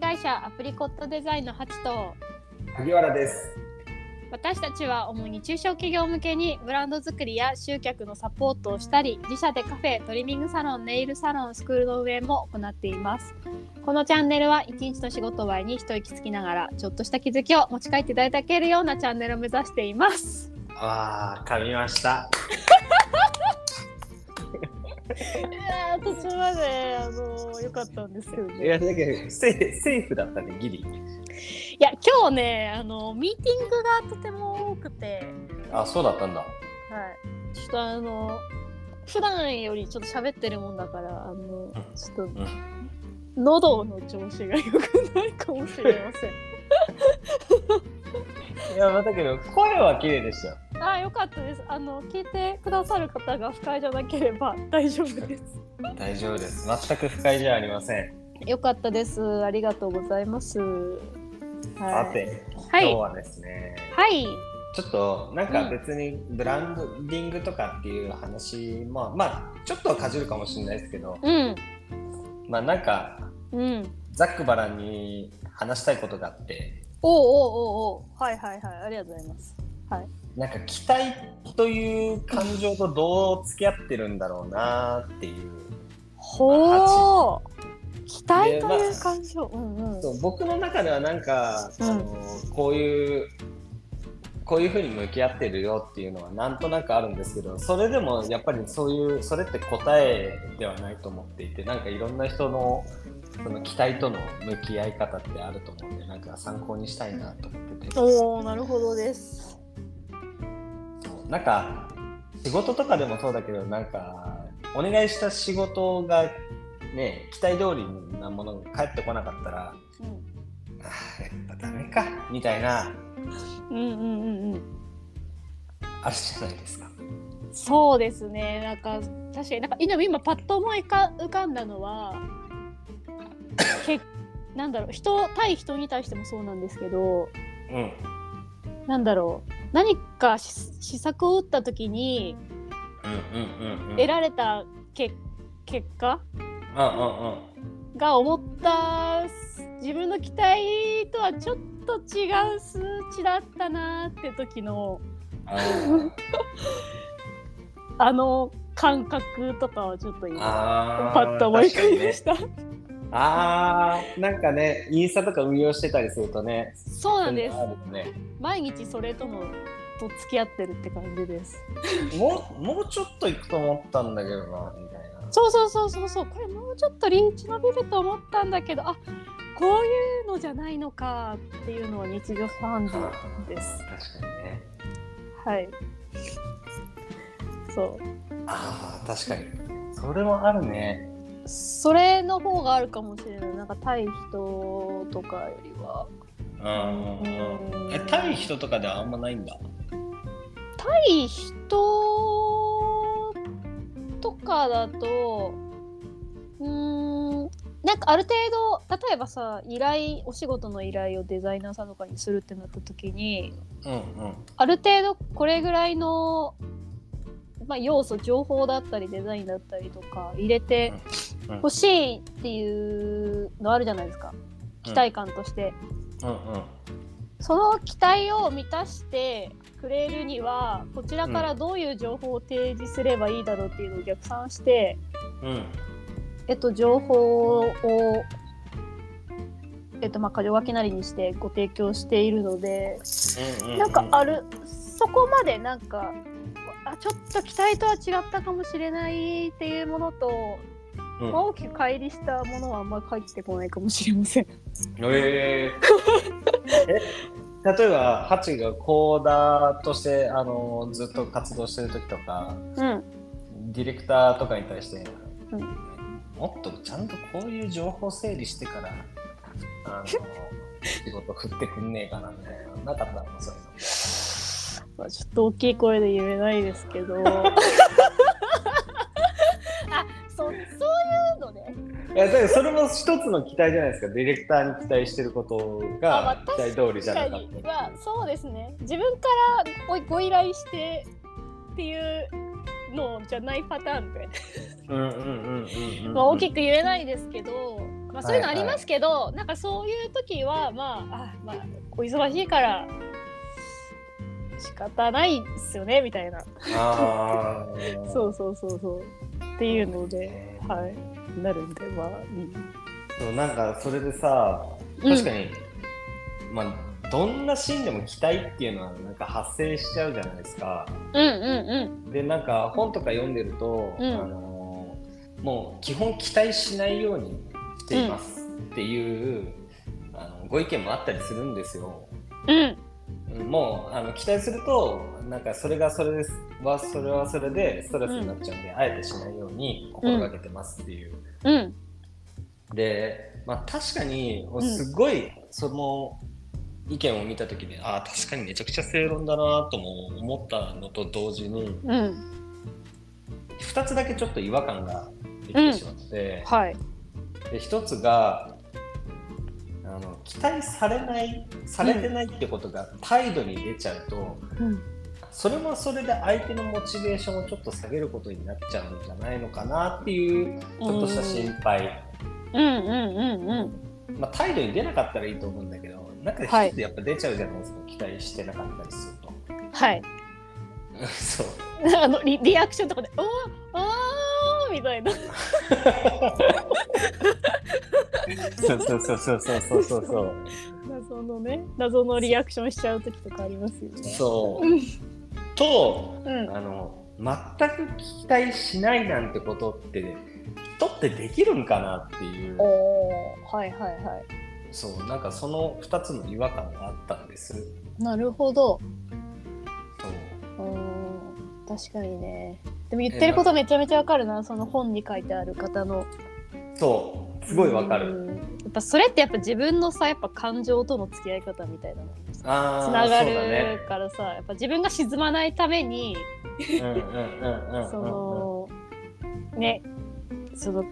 会社アプリコットデザインのハチと萩原です。私たちは主に中小企業向けにブランド作りや集客のサポートをしたり自社でカフェトリミングサロンネイルサロンスクールの運営も行っていますこのチャンネルは一日の仕事終わりに一息つきながらちょっとした気づきを持ち帰っていただけるようなチャンネルを目指していますああ、噛みました。いや途中まであの良かったんですよいや、だけど、セ、セーフだったね、ギリ。いや今日ねあのミーティングがとても多くてあ、そうだったんだ。はい、ちょっとあの普段よりちょっと喋ってるもんだからあのちょっと、喉の調子が良くないかもしれません。 いや、まあだけど、声は綺麗でしたよ。あーよかったです。あの聞いてくださる方が不快じゃなければ大丈夫です。大丈夫です。全く不快じゃありません。よかったです。ありがとうございます。さはい。て、は今日い。はですね。はい。ちょっと、なんうかん別にブランドディングとかっていう話、まあ、まあ、ちょっとはかじるかもしれないですけど。うん。まあ、なんか、うん。ざっくばらんに話したいことがあって。おうおうおうおう。はいはいはい。ありがとうございます。なんか期待という感情とどう付き合ってるんだろうなっていうほう。期待でとまあいう感情。うんうん。そう僕の中ではなんか、うんあのこういうこういうふうに向き合ってるよっていうのはなんとなくあるんですけどそれでもやっぱりそういうそれって答えではないと思っていてなんかいろんな人のその期待との向き合い方ってあると思うんでなんか参考にしたいなと思ってておお、なるほどです。そうなんか仕事とかでもそうだけどなんかお願いした仕事がね期待通りなものが返ってこなかったらうん、あーやっぱダメかみたいなうん、うん、うん、あるじゃないですか。そうですね。なんか、確かになんか、今、今パッと思い浮か浮かんだのは。け、なんだろう、人対人に対してもそうなんですけど、うん、なんだろう。何かし施策を打った時に、うん、うん、うん、うん、うん、うん、得られたけ、結果が思った。自分の期待とはちょっと違う数値だったなーって時の。あ ーあの感覚とかはちょっと今あー、パッと思い浮かびまし確かにねた、あー、なんかね、インスタとか運用してたりするとね。そうなんですそういうのあるよね毎日それとのと付き合ってるって感じですもう、もうちょっと行くと思ったんだけどな、みたいな。そうそうそうそうそうこれもうちょっとリーチ伸びると思ったんだけどあこういうのじゃないのかっていうのは日常茶飯事です確かにね。はいそうああ確かにそれもあるねそれの方があるかもしれないなんか対人とかよりはうんえ対人とかではあんまないんだ対人とかだとうーんなんかある程度例えばさ依頼お仕事の依頼をデザイナーさんとかにするってなった時にうんうんある程度これぐらいの、まあ、要素情報だったりデザインだったりとか入れてうんうん欲しいっていうのあるじゃないですか期待感として。うんうんその期待を満たしてくれるにはこちらからどういう情報を提示すればいいだろうっていうのを逆算して、うんえっと、情報を、えっとまあ、過剰書きなりにしてご提供しているのでうんなんかあるそこまでなんかあちょっと期待とは違ったかもしれないっていうものと、うんまあ大きく乖離したものはあんまり返ってこないかもしれません。えーえ例えばハチがコーダーとしてあのずっと活動してる時とかうん、ディレクターとかに対して、うんもっとちゃんとこういう情報整理してからあの仕事振ってくんねえかなみたいななかったのそういうのまあ、ちょっと大きい声で言えないですけど。 あ、そ、そういうのね。いやだからそれも一つの期待じゃないですかディレクターに期待してることがあまあ期待通りじゃ確なかかっに、まあ、そうですね。自分からごご依頼してっていうのじゃないパターンで、た。うんうんうんうんうんうんまあ、大きく言えないですけど、まあ、そういうのありますけど、なんかそういう時はまああ、まあ、お忙しいから仕方ないっすよねみたいな、ああ。。そううそうそうそうっていうので、はい、なるんでまあ、うん、でもなんかそれでさ、確かに、まあどんなシーンでも期待っていうのはなんか発生しちゃうじゃないですか。うんうんでなんか本とか読んでると、うんあのーもう基本期待しないようにしていますっていう、あのご意見もあったりするんですよ。うんうんうんもうあの期待するとなんかそれがそれですはそれはそれでストレスになっちゃうんで、あえてしないように心がけてますっていう。うんで、まあ、確かにんすごいその意見を見た時に、ああ確かにめちゃくちゃ正論だなとも思ったのと同時にうん2つだけちょっと違和感ができてしまって、はいで1つがあの期待されないされてないってことが態度に出ちゃうと。うんそれはそれで相手のモチベーションをちょっと下げることになっちゃうんじゃないのかなっていうちょっとした心配、うんうんうんうんまあ、態度に出なかったらいいと思うんだけどなんかはい一つやっぱ出ちゃうじゃないですか、期待してなかったりすると。はい そうあのリリアクションとかで「おーおー」みたいなそうそうそうそうそうそうそうそう謎のね謎のリアクションしちゃう時とかありますよね。そううんとうんあの全く期待しないなんてことって人ってできるんかなっていうおーはいはいはそうなんかその2つの違和感があったんです。い。なるほど。そううーん確かにね。でも言ってることめちゃめちゃわかるなその本に書いてある方の。そうすごいわかる。うん。やっぱそれってやっぱ自分のさやっぱ感情との付き合い方みたいなのにさつあーながそうだねるからさ、やっぱ自分が沈まないためにうんうんうんうんうんそのねその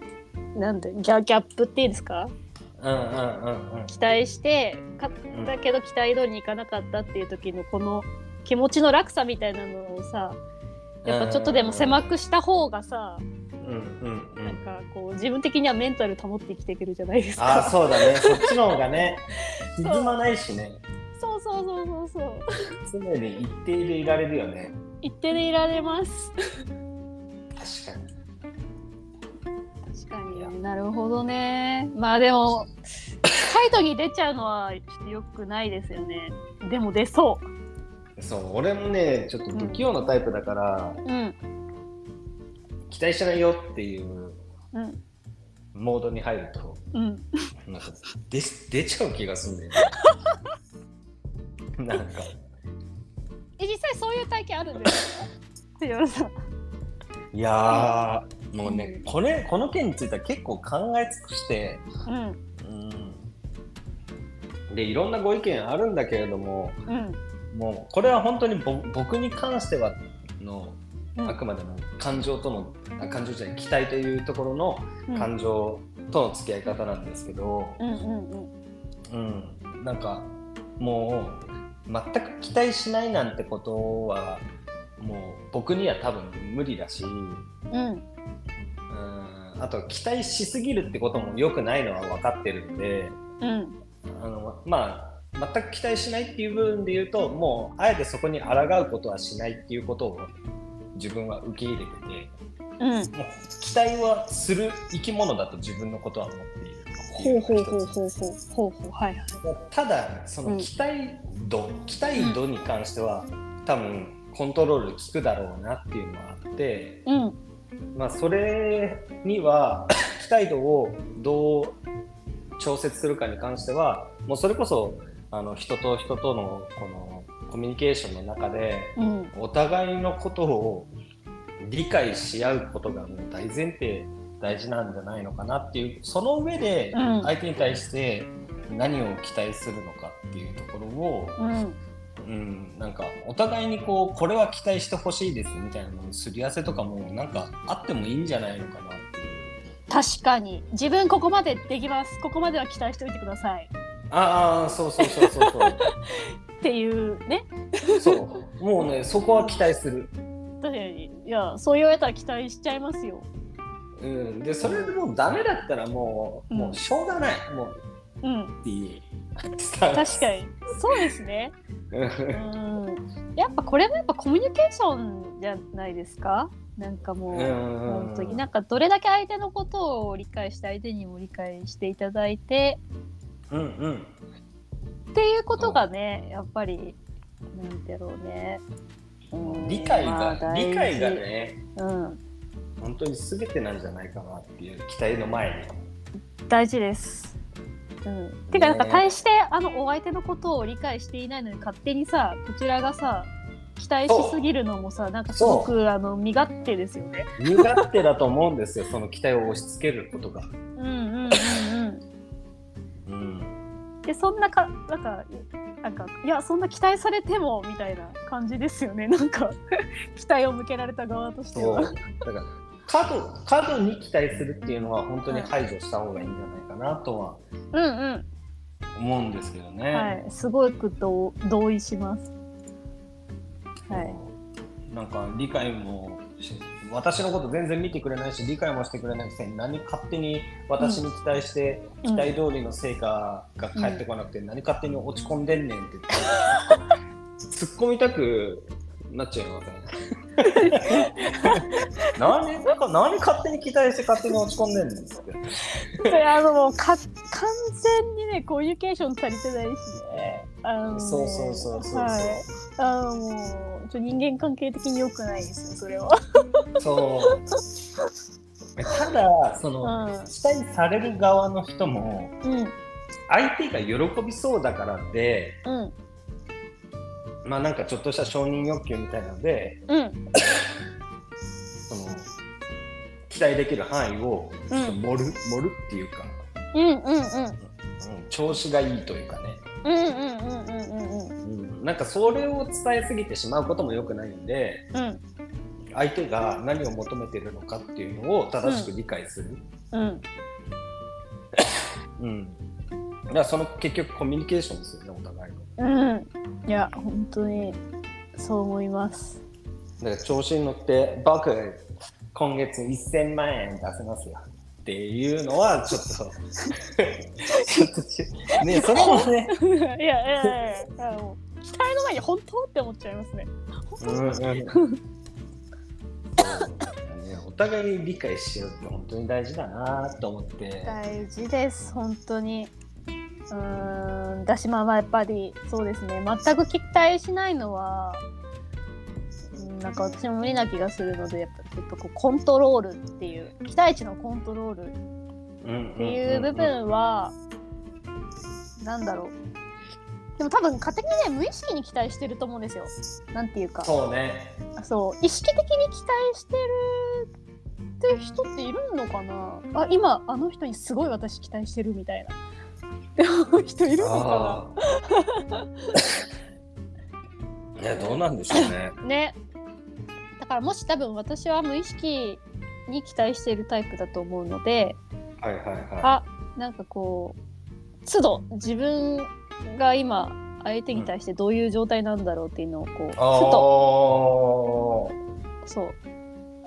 なんてギャギャップっていいですかうんうんうんうん期待してかうんだけど期待通りにいかなかったっていう時のこの気持ちの落差みたいなのをさやっぱちょっとでも狭くした方がさうんうんうなんんかこう自分的にはメンタル保って生きていけるじゃないですあーか。そうだ ねそっちの方がねそう沈まないしね そうそうそうそうそう。常に一定でいられるよね一定でいられます。確かに確かにねなるほどね。まあでも態度に出ちゃうのは良くないですよね。でも出そそう俺もねちょっと不器用なタイプだから、う。うん期待しないよっていううんモードに入るとうん。なんか出出ちゃう気がするんだよ ねなんかえ実際そういう体験あるんですか？藤原さん。いやーもううねんこれこの件については結構考え尽くしてうんうんでいろんなご意見あるんだけれどもうんもうこれは本当にぼ僕に関してはのうん。あくまでも感情とのあ感情じゃない期待というところのうん感情との付き合い方なんですけど、うんうんうん。うんなんかもう全く期待しないなんてことはもう僕には多分無理だし、うん、うんあと期待しすぎるってことも良くないのは分かってるんで。うんあのまあ全く期待しないっていう部分で言うともうあえてそこに抗うことはしないっていうことを自分は受け入れてうんてもう期待はする生き物だと自分のことは思っているってほいううほうほう一つほうほうほうほうはいはいただそうんの期待度、期待度に関しては多分コントロール効くだろうなっていうのはあって、うんまあ、それには期待度をどう調節するかに関してはもうそれこそあの人と人とのこのコミュニケーションの中でうんお互いのことを理解し合うことがもう大前提大事なんじゃないのかなっていうその上でうん相手に対して何を期待するのかっていうところを、うんうん、なんかお互いにこうこれは期待してほしいですみたいなのすり合わせとかもなんかあってもいいんじゃないのかなっていう。確かに自分ここまでできますここまでは期待しておいてくださいああそうそうそうそうっていうねそうそうもうねそこは期待する確かにいやそう言われたら期待しちゃいますようん、でそれでもうダメだったらもう,、うんもうしょうがないもううん、っていい確かにそうですね。うにん、やっぱこれもやっぱコミュニケーションじゃないですかなんかもう、本当になんかどれだけ相手のことを理解して相手にも理解していただいてうんうんっていうことがねやっぱりなんだろうね、うん理解まあが、大事理解がねうん、本当に全てなんじゃないかなっていう期待の前大事です。うん、てかなんか対してあのお相手のことを理解していないのに勝手にさこちらがさ期待しすぎるのもさなんかすごくあの身勝手ですよね。に身勝手だと思うんですよその期待を押し付けることが、うんうんうんうんうん、でそんなかなんかなんかいやそんな期待されてもみたいな感じですよね なんか期待を向けられた側としてそうはだから過度過度に期待するっていうのは本当に排除した方がいいんじゃないかなとはうんうん、思うんですけどね、はいすごく同同意しますはいい、なんか理解もし私のこと全然見てくれないし理解もしてくれないくせに何勝手に私に期待して、うん期待通りの成果が返ってこなくて、何勝手に落ち込んでんねんって 突っ込みたくなっちゃいますね。 何なんか何勝手に期待して勝手に落ち込んでんねんって。それあのもうか完全にねコミュニケーション足りてないしねあのねそうそうそうそうそうはい、あのもうちょ人間関係的に良くないですよそれは、そう。ただその、うん期待される側の人も。うん相手が喜びそうだからでうんまあなんかちょっとした承認欲求みたいなのでうんその期待できる範囲をうん盛る,、盛るっていうか、うんうんうんうん、調子がいいというかね、うんうんうんうんうんうんうん、なんかそれを伝えすぎてしまうことも良くないんでうん相手が何を求めてるのかっていうのを正しく理解する、うんうんだからその結局コミュニケーションですよねお互いのうん、いや本当にそう思います。だから調子に乗って僕今月1000万円出せますよっていうのは ちょっとちょっとちねそれもね、いやいやいや、あの期待の前に本当って思っちゃいますね。うんうんそうねお互い理解しようって本当に大事だなと思って大事です本当に。うーん、だしまあまあやっぱりそうですね。全く期待しないのは。うんなんか私も無理な気がするのでやっぱちょっとこうコントロールっていう期待値のコントロールっっていう部分は、なんだろうでも多分勝手にね無意識に期待してると思うんですよなんていうかそうねそう意識的に期待してるって人っているのかなあ今あの人にすごい私期待してるみたいなって思う 人いるのかあー いやどうなんでしょうねなねだからもし多分私は無意識に期待してるタイプだと思うので、はいはいはあなんかこう都度自分が今相手に対してどういう状態なんだろうっていうのをこう、ふといそう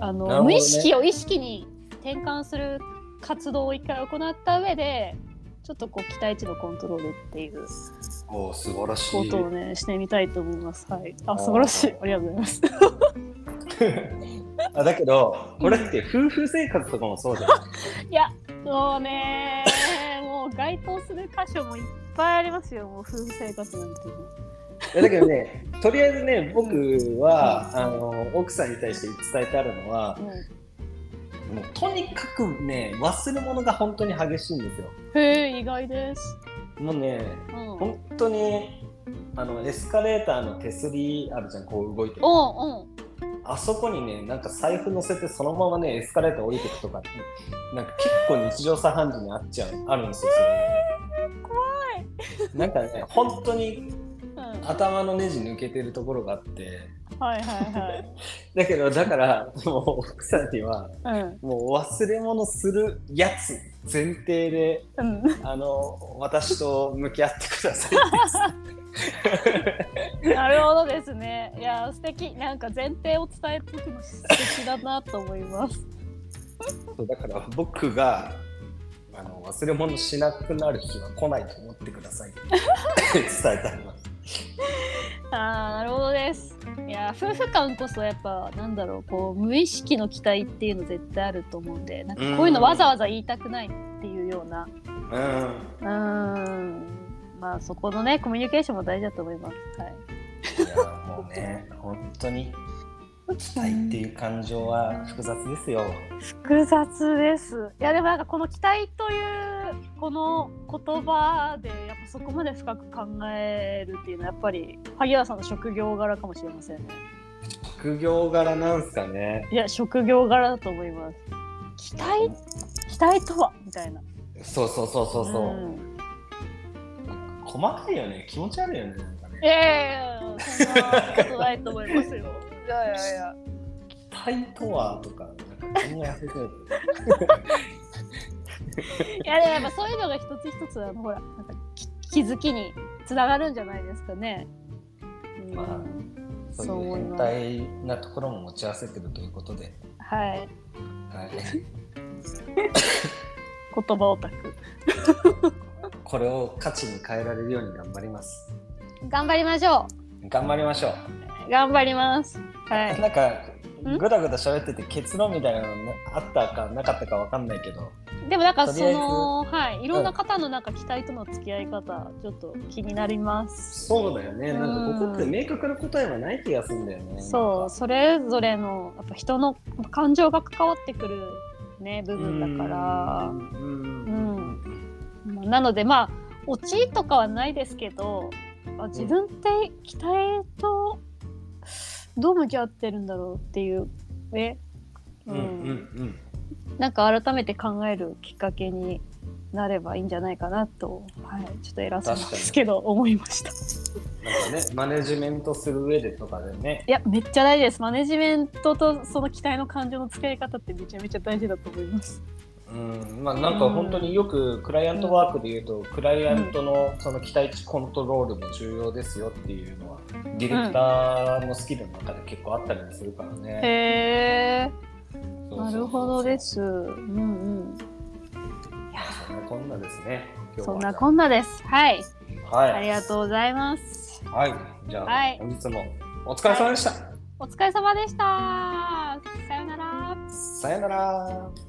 あの、なるほど無ね意識を意識に転換する活動を一回行った上でちょっとこう期待値のコントロールっていうああおー素晴らしこいとをねしてみたいと思います。はい、ああー素晴らしいありがとうございます。 あだけどこれって夫婦生活とかもそうじゃないいやもうねもう該当する箇所もいっぱいありますよもう夫婦生活なんてもう。いやだけどねとりあえずね僕は、あの奥さんに対して伝えてあるのはうもうとにかくね忘れ物が本当に激しいんですよん、へえ意外です。もうねうん本当にあのエスカレーターの手すりあるじゃんこう動いてるおうあそこにねなんか財布乗せてそのままねエスカレーター降りてくとかってなんか結構日常茶飯事にあっちゃうあるんですよ、うん。怖い。なんかね本当にうん。はい頭のネジ抜けてるところがあってはいはい。だけどだからもう奥さんにはうん。もう忘れ物するやつ前提でうん。あの私と向き合ってください なるほどですね。いや、素敵。なんか前提を伝えておくの素敵だなと思います。そうだから僕があの忘れ物しなくなる日は来ないと思ってください伝えたいな ああなるほどですいや夫婦間こそやっぱなんだろうこう無意識の期待っていうの絶対あると思うんでなんかこういうのわざわざ言いたくないっていうようなうんうーんまあそこのねコミュニケーションも大事だと思いますはいいやもうね本当に期待っていう感情は複雑ですよ複雑ですいやでもなんかこの期待というこの言葉でやっぱそこまで深く考えるっていうのはやっぱり萩原さんの職業柄かもしれませんね副業柄なんすかねいや職業柄だと思います期待期待とはみたいなそうそうそうそうそう、ん細かいよね気持ち悪いよねなんかねいやいやいやそんなことないと思いますよいやいやいやタイとはとか、なんか考え始める。いやでもやっぱそういうのが一つ一つあのほらなんかき気づきにつながるんじゃないですかね。うんまあそそうういう思い変ます。態なところも持ち合わせてるということで。はいはい。 言葉オタク。これを価値に変えられるように頑張ります。頑張りましょ頑張りましょう。う。頑張ります。はい。なんかん。ぐだぐだ喋ってて結論みたいなのなあったかなかったかわかんないけどでもなんかとそりあえずのはいいろんな方のなんか期待との付き合い方ちょっと気になります。そうだよねなんかここってうん明確な答えはない気がするんだよねそうそれぞれのやっぱ人の感情が関わってくるね部う分だから。んううんんまあなのでまあ落ちとかはないですけど、まあ自分って期待とどう向き合ってるんだろうっていうね、ううんんうんなんか改めて考えるきっかけになればいいんじゃないかなと、はい、ちょっと偉そうなんですけど思いました。いなんかねマネジメントする上でとかでねやめっちゃ大事ですマネジメントとその期待の感情の使い方ってめちゃめちゃ大事だと思います。うんまあ、なんか本当によくクライアントワークで言うと、クライアントのその期待値コントロールも重要ですよっていうのはディレクターのスキルの中で結構あったりもするからね。へえそうそうなそうるほどで。す。うんうんそんなこんなですね。今日はそんなこんなです。はい。はい、ありがとうございます。はい、じゃあ、はい本日もお疲れ様でした。お疲れ様でした。さようなら。さよなら。